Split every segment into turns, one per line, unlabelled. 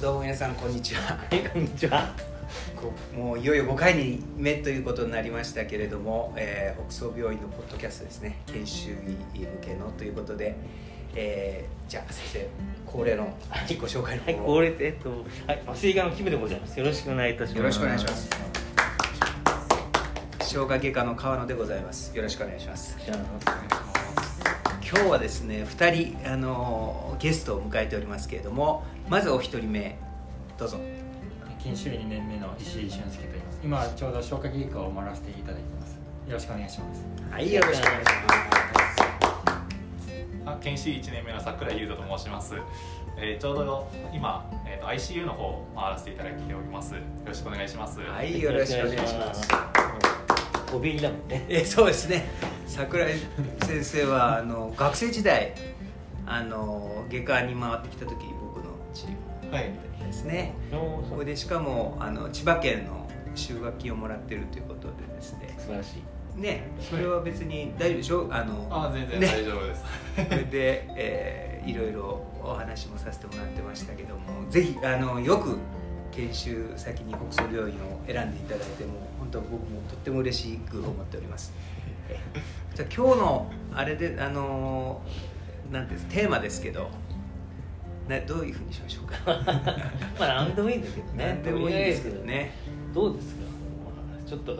どうも皆さんこんにちは
はい、こんにちは。
こもういよいよ5回目ということになりましたけれども、えー北総病院のポッドキャストですね研修医向けのということで、えーじゃあ先生恒例の自己紹介
はい、
の方を
これ、えっと、はい、麻酔科のキムでございます。よろしくお願いいたします。
よろしくお願いします。消化外科の川野でございますよろしくお願いします
じゃ
今日はですね2人あのーゲストを迎えておりますけれどもまずお一人目どうぞ
研修医2年目の石井俊介と言います今ちょうど消化器科を回らせていただいてますよろしくお願いします
はいよろしくお願いします
あ研修医1年目の桜井優斗と申します、えーちょうど今、えーと ICU の方を回らせていただいておりますよろしくお願いします
は
あ
いよろしくお願いします。
おびりだもんね。
えそうですね桜井先生はあの学生時代あの外科に回ってきた時僕のチーム
はい
ですね
の
これでしかもあの千葉県の修学金をもらってるということでですね
素晴らしい。
ねそれは別に大丈夫でしょあの
あ全然
ね
大丈夫です、
それで、えーいろいろお話もさせてもらってましたけどもぜひあのよく研修先に北総病院を選んでいただいてもう本当僕もとっても嬉しく思っておりますえじゃあ今日のあれであのーなんていうんですテーマですけどなどういうふうにしましょう か
まあ、なんでもいいんだけどね。
何でもいいですけど。ね
どうですか。まあちょっと。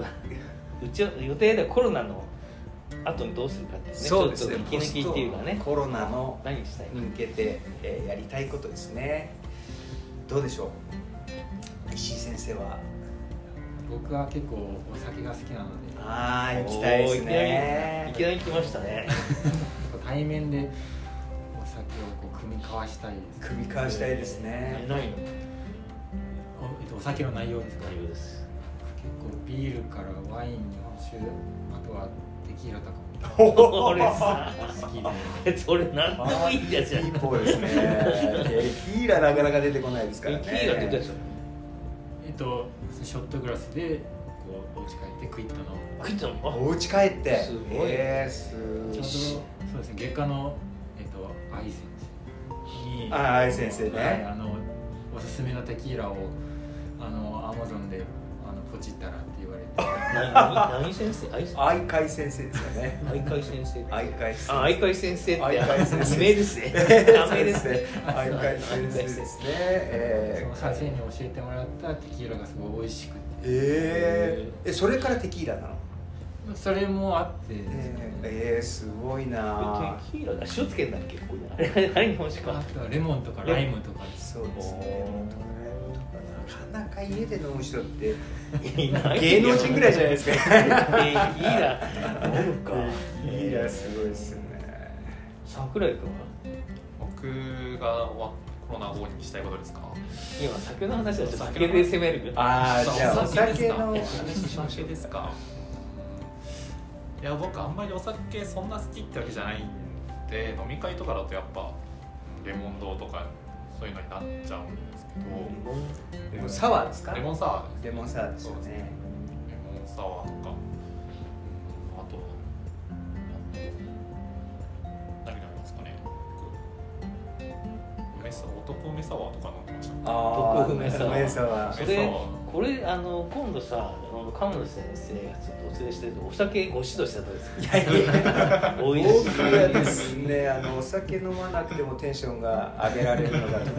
うちは予定ではコロナの。後にどうするかっていうね。
そうですね
ちょっと息抜きっていうかね
ポス。トコロナの
何したいか。
に向けて、えーやりたいことですねどうでしょう石井先生は
僕は結構お酒が好きなので
あー行きたいですね
おーいきなりいきなり来ましたね。
対面でお酒をこう組み交わしたいです
組み交わしたいですね、
ないの。
お,、えっと、お酒の内容ですか
大
結
丈夫です。
構ビールからワイン日本酒あとはテキーラとかも
これさ。
好きで
それなんでもいいんだじゃん。
いい方ですねテキーラなかなか出てこないですからね
テキーラって言ったでしょ。
えっとショットグラスでこうお家帰ってクイッとの
食ったの。
お家帰って
すごい
えーす
ちょうどそうですね外科のえっと愛先生に
あー愛先生ね
はいあのおすすめのテキーラをあのアマゾンであのポチったらって言われて
あ何何先生？愛先
愛海先生ですよね
愛海先生。
愛海先
あ
生
愛海先生って。
愛海先生
有名ですね。ダメですね。
愛海先生ですね
そ
え
の先生に教えてもらったテキーラがすごい美味しくて
ー、えー、えそれからテキーラなの
それもあってですね
えー、えー、すごいな
テキーラだ。塩つけんだっけここに。あれ何本し
あ
か。
とはレモンとかライムとかです
そうですねなかなか家で飲む人って
いな い
芸能人ぐらいじゃないです か
えーいいな。飲むか。
いやすごいですね
桜井君は
僕がわコロナ後にしたいことですか
今酒の話はちょっと酒で攻めるけど。
あーじゃあお酒
ですか
の
お
話しましょ
酒ですかいや僕あんまりお酒そんな好きってわけじゃないんで飲み会とかだとやっぱレモン堂とかそういうのになっちゃうんですけど
うレモンサワーですか
レモンサワーです
レモンサワーですよね
レモンサワーとか、あと、何飲みますかね、僕梅サ男梅サワーとか飲んでました。
あ
特梅サワー
梅サワー
それこれあの今度さあのカムの先生がちょっとお連れしてるとお酒ご指導したとです
いやいや
おい
僕はですねあのお酒飲まなくてもテンションが上げられるのが得意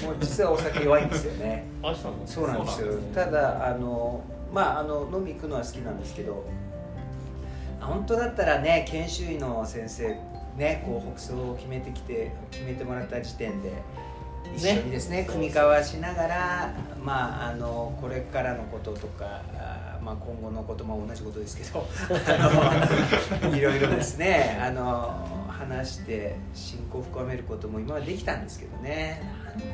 でもう実はお酒弱いんですよね
あそうなの
そうなんですよ
そうなんですね
ただあのまああの飲み行くのは好きなんですけどあ本当だったらね研修医の先生ねこう北総を決めてきて決めてもらった時点で一緒にですね
ね
組み交わしながらまああのこれからのこととかあまあ今後のことも同じことですけ どあ のいろいろですねあの話して進行を深めることも今はできたんですけどね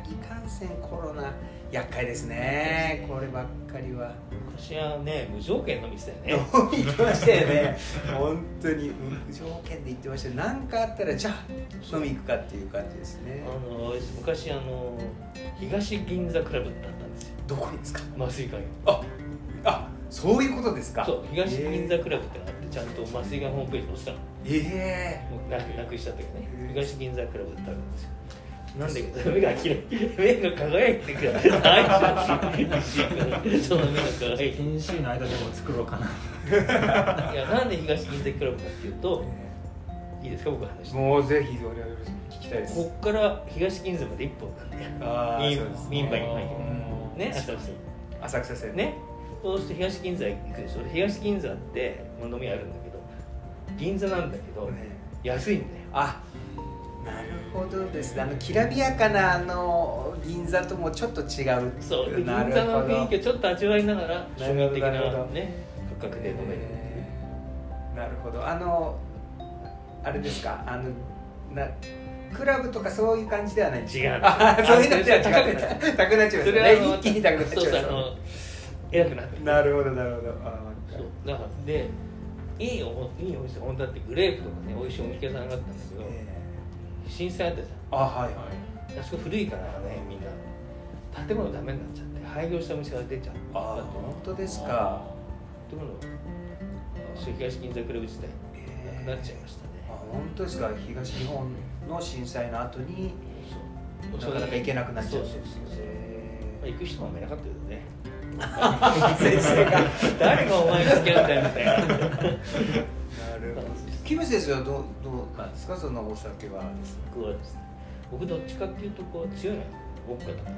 短期感染コロナ厄介ですねこればっかりは。
昔はね無条件の店だよね
行きましたよね本当に無条件で行ってましたよ何かあったらじゃあ飲み行くかっていう感じですね
あの昔あの東銀座クラブだったんですよ
どこにですか
麻酔科に
ああそういうことですか
そう東銀座クラブってのがあってちゃんと麻酔科のホームページに載せたの
え
もうななくしちゃったけどね
へえ
東銀座クラブってあるんですよなんで目が綺麗目が輝いてくる大事 です石井君その目が輝いて
NC の間でも作ろうかな
いやなんで東銀座クラブかっていうといいですか僕が話して
もうぜひそれはよろしく聞きたいです
こっから東銀座まで一本なんで
あー
民
そうです
民馬に入って
うん
ね新しい
浅草線
ねそうして東銀座行くでしょ東銀座ってまあ飲み屋あるんだけど銀座なんだけど安いんだよ
あなるほどですあのきらびやかなあの銀座ともちょっと違う
そうで銀座
なるほど
の雰囲気をちょっと味わいながら
ほど
庶民的
なるほ
な
ど
ね価格で飲める
えーなるほどあのあれですかあのなクラブとかそういう感じではない
違う
あそういうのじゃ
あそれ
高
は
く
高く
な
な
っ
っ
ちゃう高くなっちゃいます
それ
ね
はあの
一気に高くなっちゃ
そう
いま
そうあ
す
の偉くなって
なるほどなるほどあー
そうだからでいいおいいお店本当だってグレープとかね美味しいお店屋さんがあったんだけど、
え
震災あったじ
ーあはいはい
は
ゃんあそこ古いからねみんな建物ダメになっちゃって廃業したお店が出ちゃった
あー本当ですか
建物そう東銀座クラブ自体なくなっちゃいました
あ
ね
本当ですか東日本の震災の後に
そう
なかなか行けなくなっちゃう
そうそうそうそうまあ
え
行く人もあんまいなかったけどね
ー先生が
誰がお前につけるんだよみたいな
なるほど キム先生はどうどうなんですかそのお酒はですね
僕はですね僕どっちかっていうとこう強いのよウォッカとかね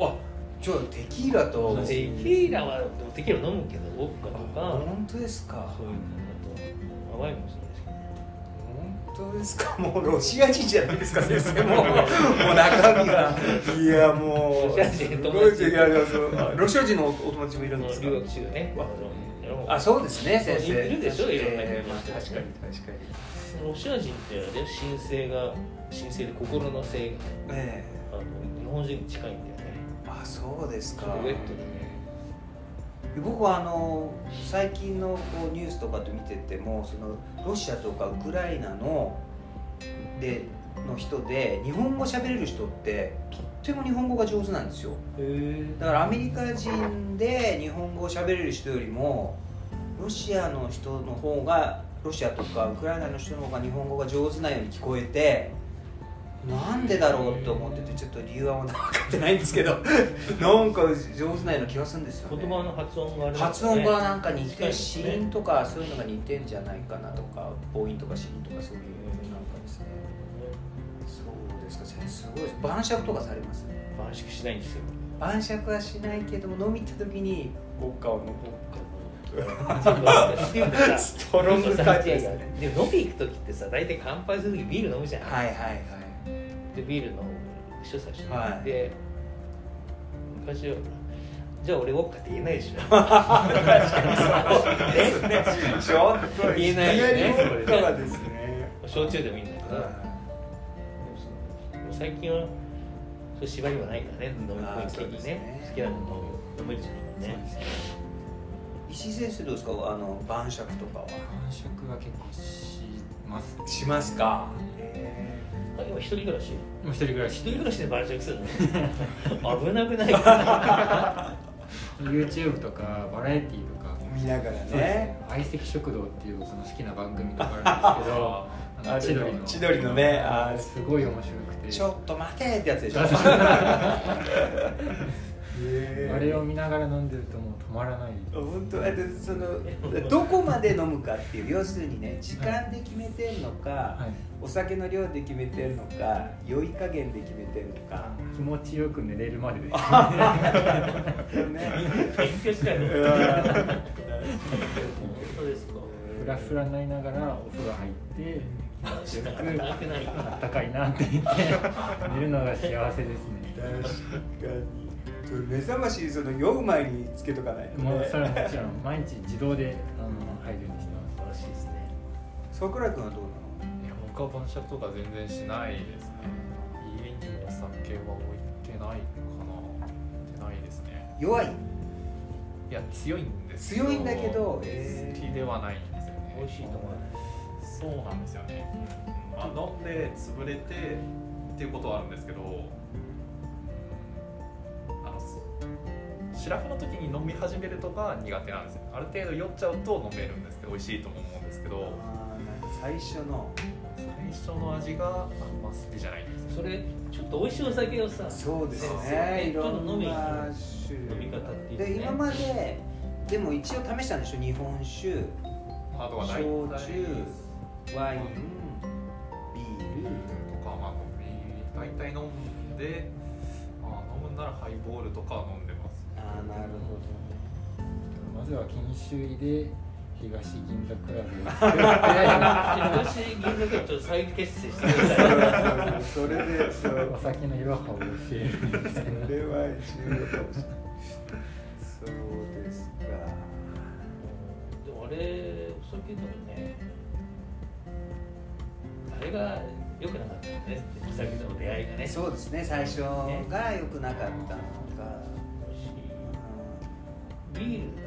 あじゃあテキーラと
テキーラはでもテキーラ飲むけどウォッカと
あ
か
本当ですか
そういうのだとワインもそうですけど
本当ですかもうロシア人じゃないですか先生もうもう中身がいやもう
ロシア
す
人の友
ごい
達
いやいやそうあロシア人のお友達もいるんですか
留学中ね
わ
あの
あそうですね先生
いるでしょいろんな
えーまあ
人
確かに確かに
ロシア人ってあれだよ神聖が神聖で心の性が
え
あの日本人に近いんだよね
えあそうです
ち
か
ょっとウェットでね
僕はあの最近のこうニュースとかと見ててもそのロシアとかウクライナのでの人で日本語喋れる人ってとっても日本語が上手なんですよだからアメリカ人で日本語を喋れる人よりもロシアの人の方がロシアとかウクライナの人の方が日本語が上手なように聞こえてなんでだろうと思っててちょっと理由はまだ分かってないんですけ どなんか上手なような気がするんですよ、ね、
言葉の発音があれだよね
発音がなんか似て
近い
る
です
子
ね
音とかそういうのが似てんじゃないかなとか母音とか子音とかそういうなんかですねそうですか先生すごいです晩酌とかされます
晩縮しないんですよ
晩酌はしないけども飲み行った時にボッカを飲む
ス
ストロングタイプですね
でも飲み行く時ってさ大体乾杯する時ビール飲むじゃん、
はいはい
でビールの一緒最初、
はい
で昔はじゃあ俺ウォッカって言えないでし ょ
はいちょっと
言えないよね
ボッカはですね
焼酎でもいいんだけど、
は
でも最近はそう縛りはないからね飲み
あー
込
そう
み
です
的に
ね
ね好きなものを飲めるじゃないね
い石井先生どうですかあの晩酌とかは
繁殖は結構します
しますかえ
あ今一人暮らし
もう一人ぐらい
一
し
人暮らしで晩酌するの 危なくないか
YouTube とかバラエティーとか
ー見ながら
そうですね
ね
相席食堂っていう僕の好きな番組とかあるんですけどあ
あ
の千 鳥の
千鳥のねあー
すごい面白くて
ちょっと待てってやつ でしょ
あれを見ながら飲んでるともう止まらない
本当あでそのどこまで飲むかっていう要するにね時間で決めてるのか、
はい
お酒の量で決めてるのか酔い加減で決めてるのか
気持ちよく寝れるまでです
ね
勉強したいの
うん
そうですか
フラフラになりながらお風呂入って気持ちよく
危なくない
あったかいなって言 って寝るのが幸せですね
確かにそれ目覚ましその酔う前につけとかないと
もう
ね
それはもちろん毎日自動であの入るようにしてます
素晴らしいですね
桜井君はどう
いいや僕は晩酌とか全然しないですね家にお酒は置いてないかな置いてないですね
なの弱い
いや強いんです
強いんだけどえ
好
ー
きではないんですよね
美味しいと思わない
そうなんですよね、まあ、飲んで潰れてっていうことはあるんですけどうんあのすシラフの時に飲み始めるとか苦手なんですよある程度酔っちゃうと飲めるんですけど美味しいとも思うんですけど
あーなんか最初の
最初の味味があんま好きじゃないんですよ
それちょっと美味しいお酒をさ
そうです
そう
ねいろ
ちょっと
ん
飲み
な種類
飲み方っていうかね
で今まででも一応試したんでしょ日本酒
あとは大体
焼酎ワイン
うん
ビール
とか、まあ、飲み大体飲んで、まあ、飲むんならハイボールとかは飲んでます
ああなるほど
まずは研修医で東銀座クラブを作っ
東銀座でちょっと再結成してください
ねそれでそ
てお酒の色は教えるんですけ
れは重要かもしれ
ど
ないそうですか
でもあれお酒飲むねあれが良くなかったよねお酒との出会いがね
そうですね最初が良くなかったのが、
美味しいビールだっ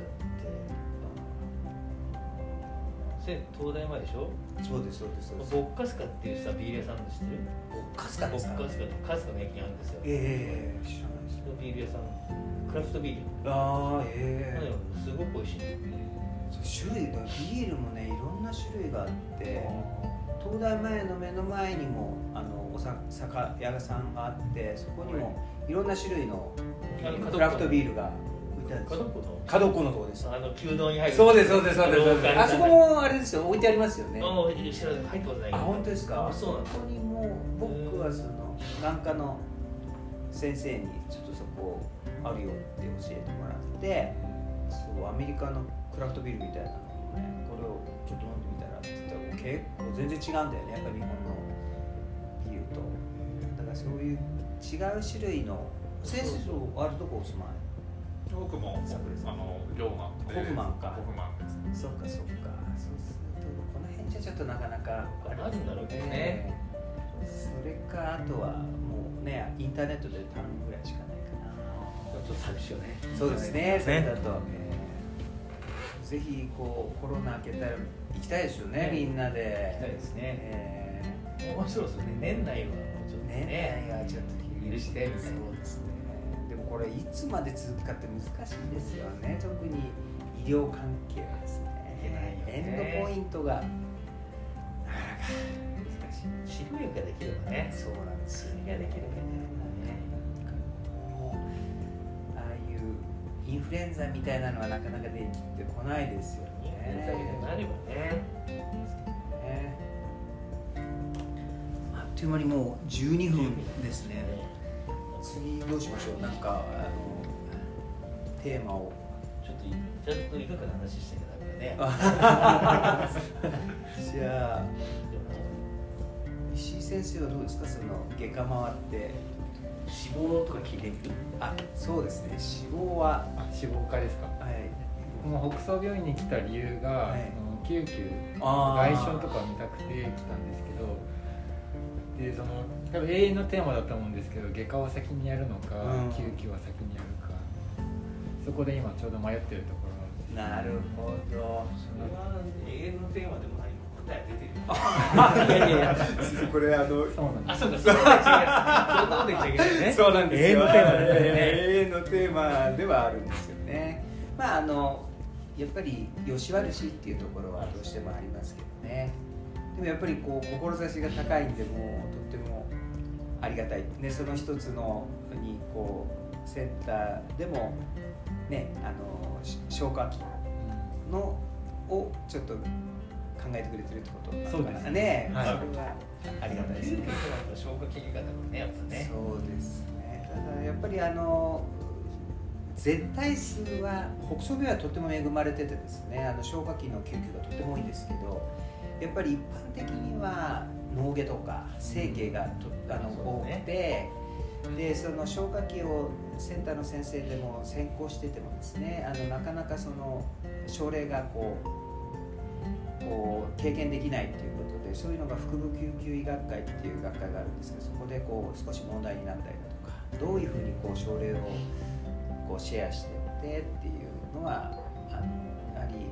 てそれ東大前でしょ
うんそうですそうですそうです
ボッカスカっていうさビール屋さんの知ってる
カスカ
ボ
ですか
ッカスカってカスカの駅にあるんですよ
ええ知らないです
そのビール屋さんクラフトビール
ああえ
なの
え
よすごく美味しいの
そう種類がビールもねいろんな種類があって東大前の目の前にもあのおさ酒屋さんがあってそこにもいろんな種類の
あの
クラフトビールが置いてあるんで
角
すよ
っこの
角っこのとこです
あの旧道に入る
そうですそうですそうですそうです
あ
あそこもあれですよ置いてありますよね
ああ知らない入ったことない
あ本当ですか
あそうなんだ
ここにもう僕はその眼科の先生にちょっとそこあるよって教えてもらってそうアメリカのクラフトビールみたいなのもねこれをちょっと飲んでみたらって言ったらもう結構全然違うんだよねやっぱ日本のビールとだからそういう違う種類の先生そうあるとこお住まい
僕もあの量なんで
ホフマンか
ホフマンです
そうかそうかそうするとこの辺じゃちょっとなかなか
あるんだろうけどね
それかあとはもうねインターネットで頼むぐらいしかない
ちょっと寂しいよね
かなそうですねそれだと、えーぜひこうコロナ明けたら行きたいですよね
ね
みんなで
行きたいですね
え
面白いですよね年内はもうちょっ
ー
と
ね
ね
いやちょっと
許してみたい
そ
な
うですねでもこれいつまで続くかって難しいですよね特に医療関係はです
いけないよね
エンドポイントが
難しい治療薬ができればね
そうなんですよ
治療薬ができればね
もうああいうインフルエンザみたいなのはなかなかできてこないですよ
インフルエンザみたいに
ね。
なればね
ねあっという間にもう12分ですね。次どうしましょう。なんかあのテーマ を。
ちょっとちゃんと医学の話してきゃダメだね
じゃあ石井先生はどうですか。その外科回って。
死亡とか聞いてみる
あ、そうですね。死亡は
あ死亡科ですか
はい。
この北総病院に来た理由が、
はい
その救急
あ
外
ー
傷とかを見たくて来たんですけどでその多分永遠のテーマだと思うんですけど外科を先にやるのか、
うん
救急を先にやるかそこで今ちょうど迷ってるところなんです
なるほど。
それは永遠のテーマでもないの答え出
い
てる
やいやいや、 これあの
そうなんで
あ
す
そう かそうか違うそういうことできちゃいけないね
そうなんですよ。
永遠のテーマですね
永遠のテーマではあるんですよね。まああのやっぱり良し悪しっていうところはどうしてもありますけどね。でもやっぱりこう志が高いんでもうとってもありがたい。ねその一つのにこうセンターでもねあのし消化器のをちょっと考えてくれてるってことだから
そうですね
ね。
はい
それはありがたいです
救急
ね
と。かの消化器外科だもんねやっぱね
そうですねただやっぱりあの絶対数は北総病はとても恵まれててですねあの消化器の救急がとても多いんですけどやっぱり一般的には脳下とか整形がとあの
そう
多
です
くて、でその消化器をセンターの先生でも専攻しててもですねあのなかなかその症例がこうこう経験できないっていうことでそういうのが腹部救急医学会っていう学会があるんですけどそこでこう少し問題になったりだとかどういうふうにこう症例をこうシェアしてってっていうのはあのやはり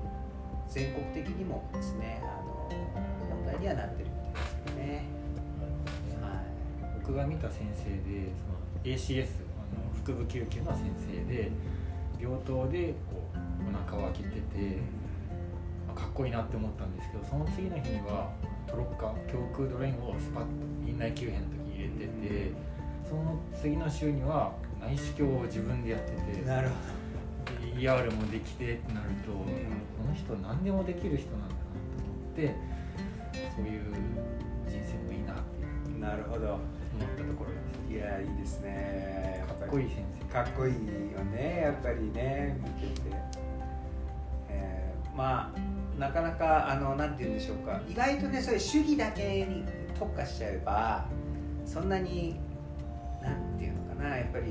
全国的にもですねあの問題にはなってるみたいですよね。はい
僕が見た先生でその ACS あの腹部救急の先生で病棟でこうお腹を開けてて、まあかっこいいなって思ったんですけどその次の日にはトロッカ胸腔ドレインをスパッと院内急変の時に入れてて、その次の週には内視鏡を自分でやってて
なるほ
ER もできてってなると、この人何でもできる人なんだなと思ってそういう人生もいいなって
どなるほど
思ったところです
いやいいですね
かっこいい先生
かっこいいよねやっぱりね見てて、えーまあなかなかあのなんて言うんでしょうか意外とねそういう主義だけに特化しちゃえばそんなになんていうのかなやっぱり、えー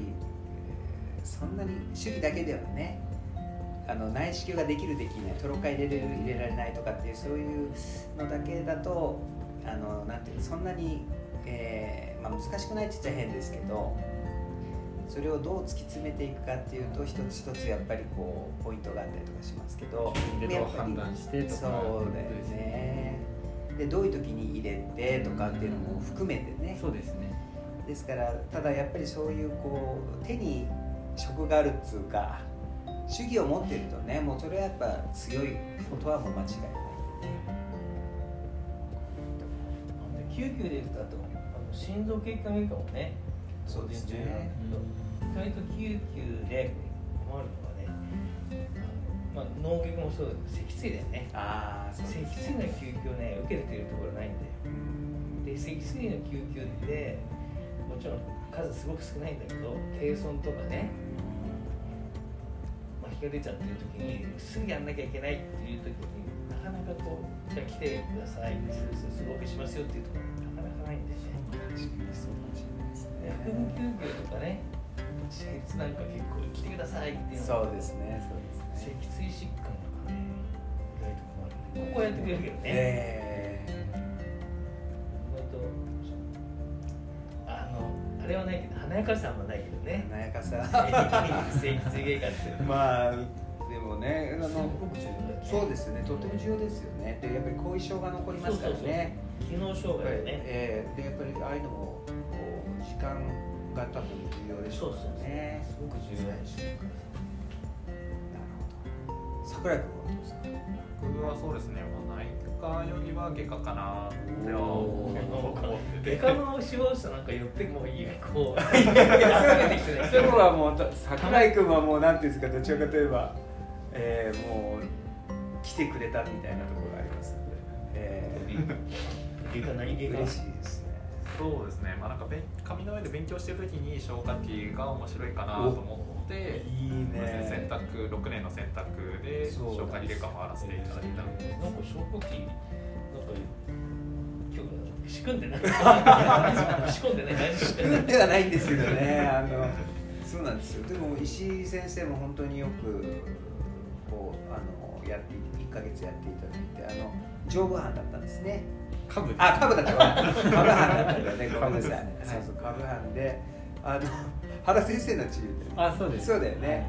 そんなに主義だけではねあの内視鏡ができるできないトロカ入れれる入れられないとかっていうそういうのだけだとあのなんていうのそんなに、えーまあ、難しくないって言っちゃ変ですけどそれをどう突き詰めていくかっていうと一つ一つやっぱりこうポイントがあったりとかしますけど
自分で
や
ど
っぱ
う
り
判断してとか
そうだよねでどういう時に入れてとかっていうのも含めてね
そうですね
ですからただやっぱりそういうこう手に職があるっつうか主義を持ってるとねもうそれはやっぱ強いことはもう間違いない
なんで救急で言ったとあの心臓血管外科もね
そうですね
当然重要なんだけど意外と救急で困るのはねあの、まあ、脳血もそうだけど脊椎だよね
ああそう
脊
です
椎の救急をね受けてくれるところないんだよで脊椎の救急ってもちろん数すごく少ないんだけど低損とかね、まあ、日が出ちゃってる時にすぐやんなきゃいけないっていう時になかなかこうじゃあ来てくださいすぐすぐオペしますよっていうところなかなかないんでね
確かにそうかもしれないです
薬務
ね
救急とかね施設なんか結構来てくださいっていうの
そうですねそうです
脊
ね
椎疾患とかね意外と困るここはやってくれるけどね、
え
意外とあのあれはないけど華やかさはないけど
え華や
ね
かさ
正規追加っていう のは
まあでもねあ
す
の
ごく重要だよね
そうですねとても重要ですよねでやっぱり後遺症が残りますからね
機能障害だよね
ええでやっぱりああいうのもこう時間が経っても重要でしょ
そうそう
ね
すごく重要だよね
なるほど桜井君はどうですか
僕はそうですね、まあ、内科よりは外科かなっては結構思って
外
て
科の死亡者なんか寄ってもういいこう集めてきてない
それはもう桜井君はもうなんていうんですかどちらかといえば、えー、もう来てくれたみたいなところがありますので、え
外科何
ー、
外科
嬉しいですね
そうですね、まあ、なんか勉紙の上で勉強してる時に消化器が面白いかなと思って
いい
そうですね選択6年の選択で
そう
消化器外科回らせていただいたので
なんか消化器なんか今日仕組んでない仕込んでない大丈
自分ではないんですけどねあのそうなんですよでも石井先生も本当によくこうあのやって1ヶ月やっていただいてあの上部班だったんですね
カブ
あ株だったわ株班だったんだねごめんなさい、そうそう株班であの原先生の治療で
あそうです
そうだよね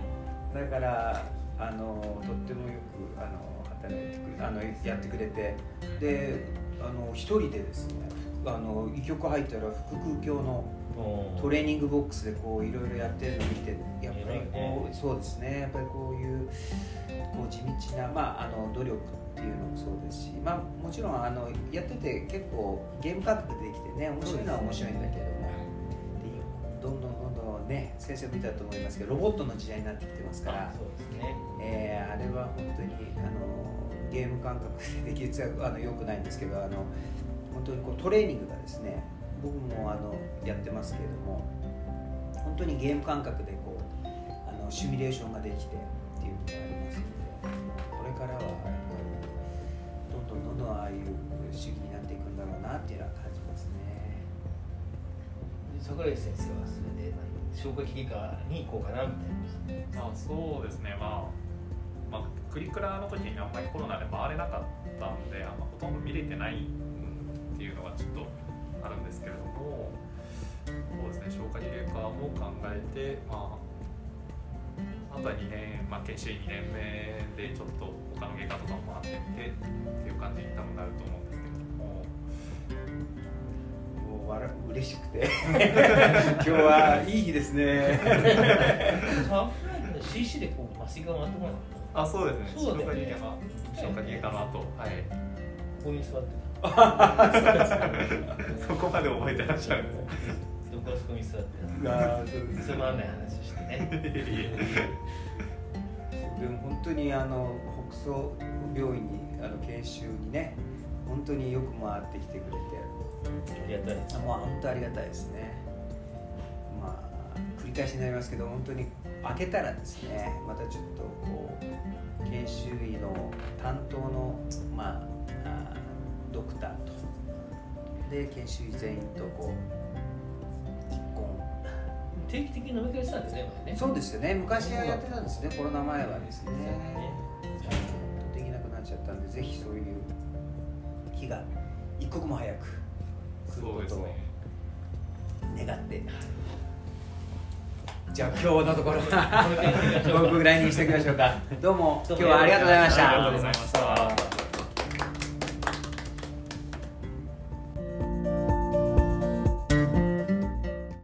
だからあのとってもよくあの働いてくれあのやってくれてであの一人でですねあの医局入ったら腹腔鏡の
夫
トレーニングボックスでこういろいろやってるのを見てやっぱり
偉い
こ
ね
うそうですねやっぱりこういうこう地道なまああの努力っていうのもそうですしまあもちろんあのやってて結構ゲーム感覚でできてね面白いのは面白いんだけどもでどんどんどんどんね先生も見たと思いますけどロボットの時代になってきてますから
あ、そうですね
えーあれは本当にあのゲーム感覚でできるあの良くないんですけどあの本当にこうトレーニングがですね僕もあのやってますけれども本当にゲーム感覚でこうあのシミュレーションができてっていうのがありますのでこれからはやっぱりどんどんどんどんああいう主義になっていくんだろうなっていうのは感じますね。
桜井先生はそれで消化器外科に行こうかなみたい
まあそうですねまあ、まあ、クリクラの時にあんまりコロナで回れなかったんであんまほとんど見れてないうんっていうのがちょっとあるんですけれどもそうですね消化器外科も考えてまああとは2年、まあ、研修医2年目でちょっと他の外科とかも回ってみてっていう感じに多分なると思うんですけれども
もう笑う嬉しく て今日はいい日です ね。
な桜井君の CC でこう麻酔が回ってこなかっ
あそうですね
そうだよね
消化器外科消化器外科の後はい
たここに座ってた
そこまで覚えてらっしゃるんですね
どこそこに座って
あーそうです
つまんない話してね
でも本当にあの北総病院にあの研修にね本当によく回ってきてくれて
ありがたいです
あもう本当ありがたいですねまあ繰り返しになりますけど本当に開けたらですねまたちょっとこう研修医の担当のまああードクターとで研修医全員とこう一婚
定期的に飲み会したんですね前ね
そうですよね昔はやってたんですねコロナ前はですね
ね
できなくなっちゃったんでぜひそういう日が一刻も早く来る
そうで
こと
す
を
ね
願って、じゃあ今日のところは
この件でやっちゃおうか
僕ぐらいにしておきましょうかどうも今日はありがとうございまし
ありがとうご
た
ざいました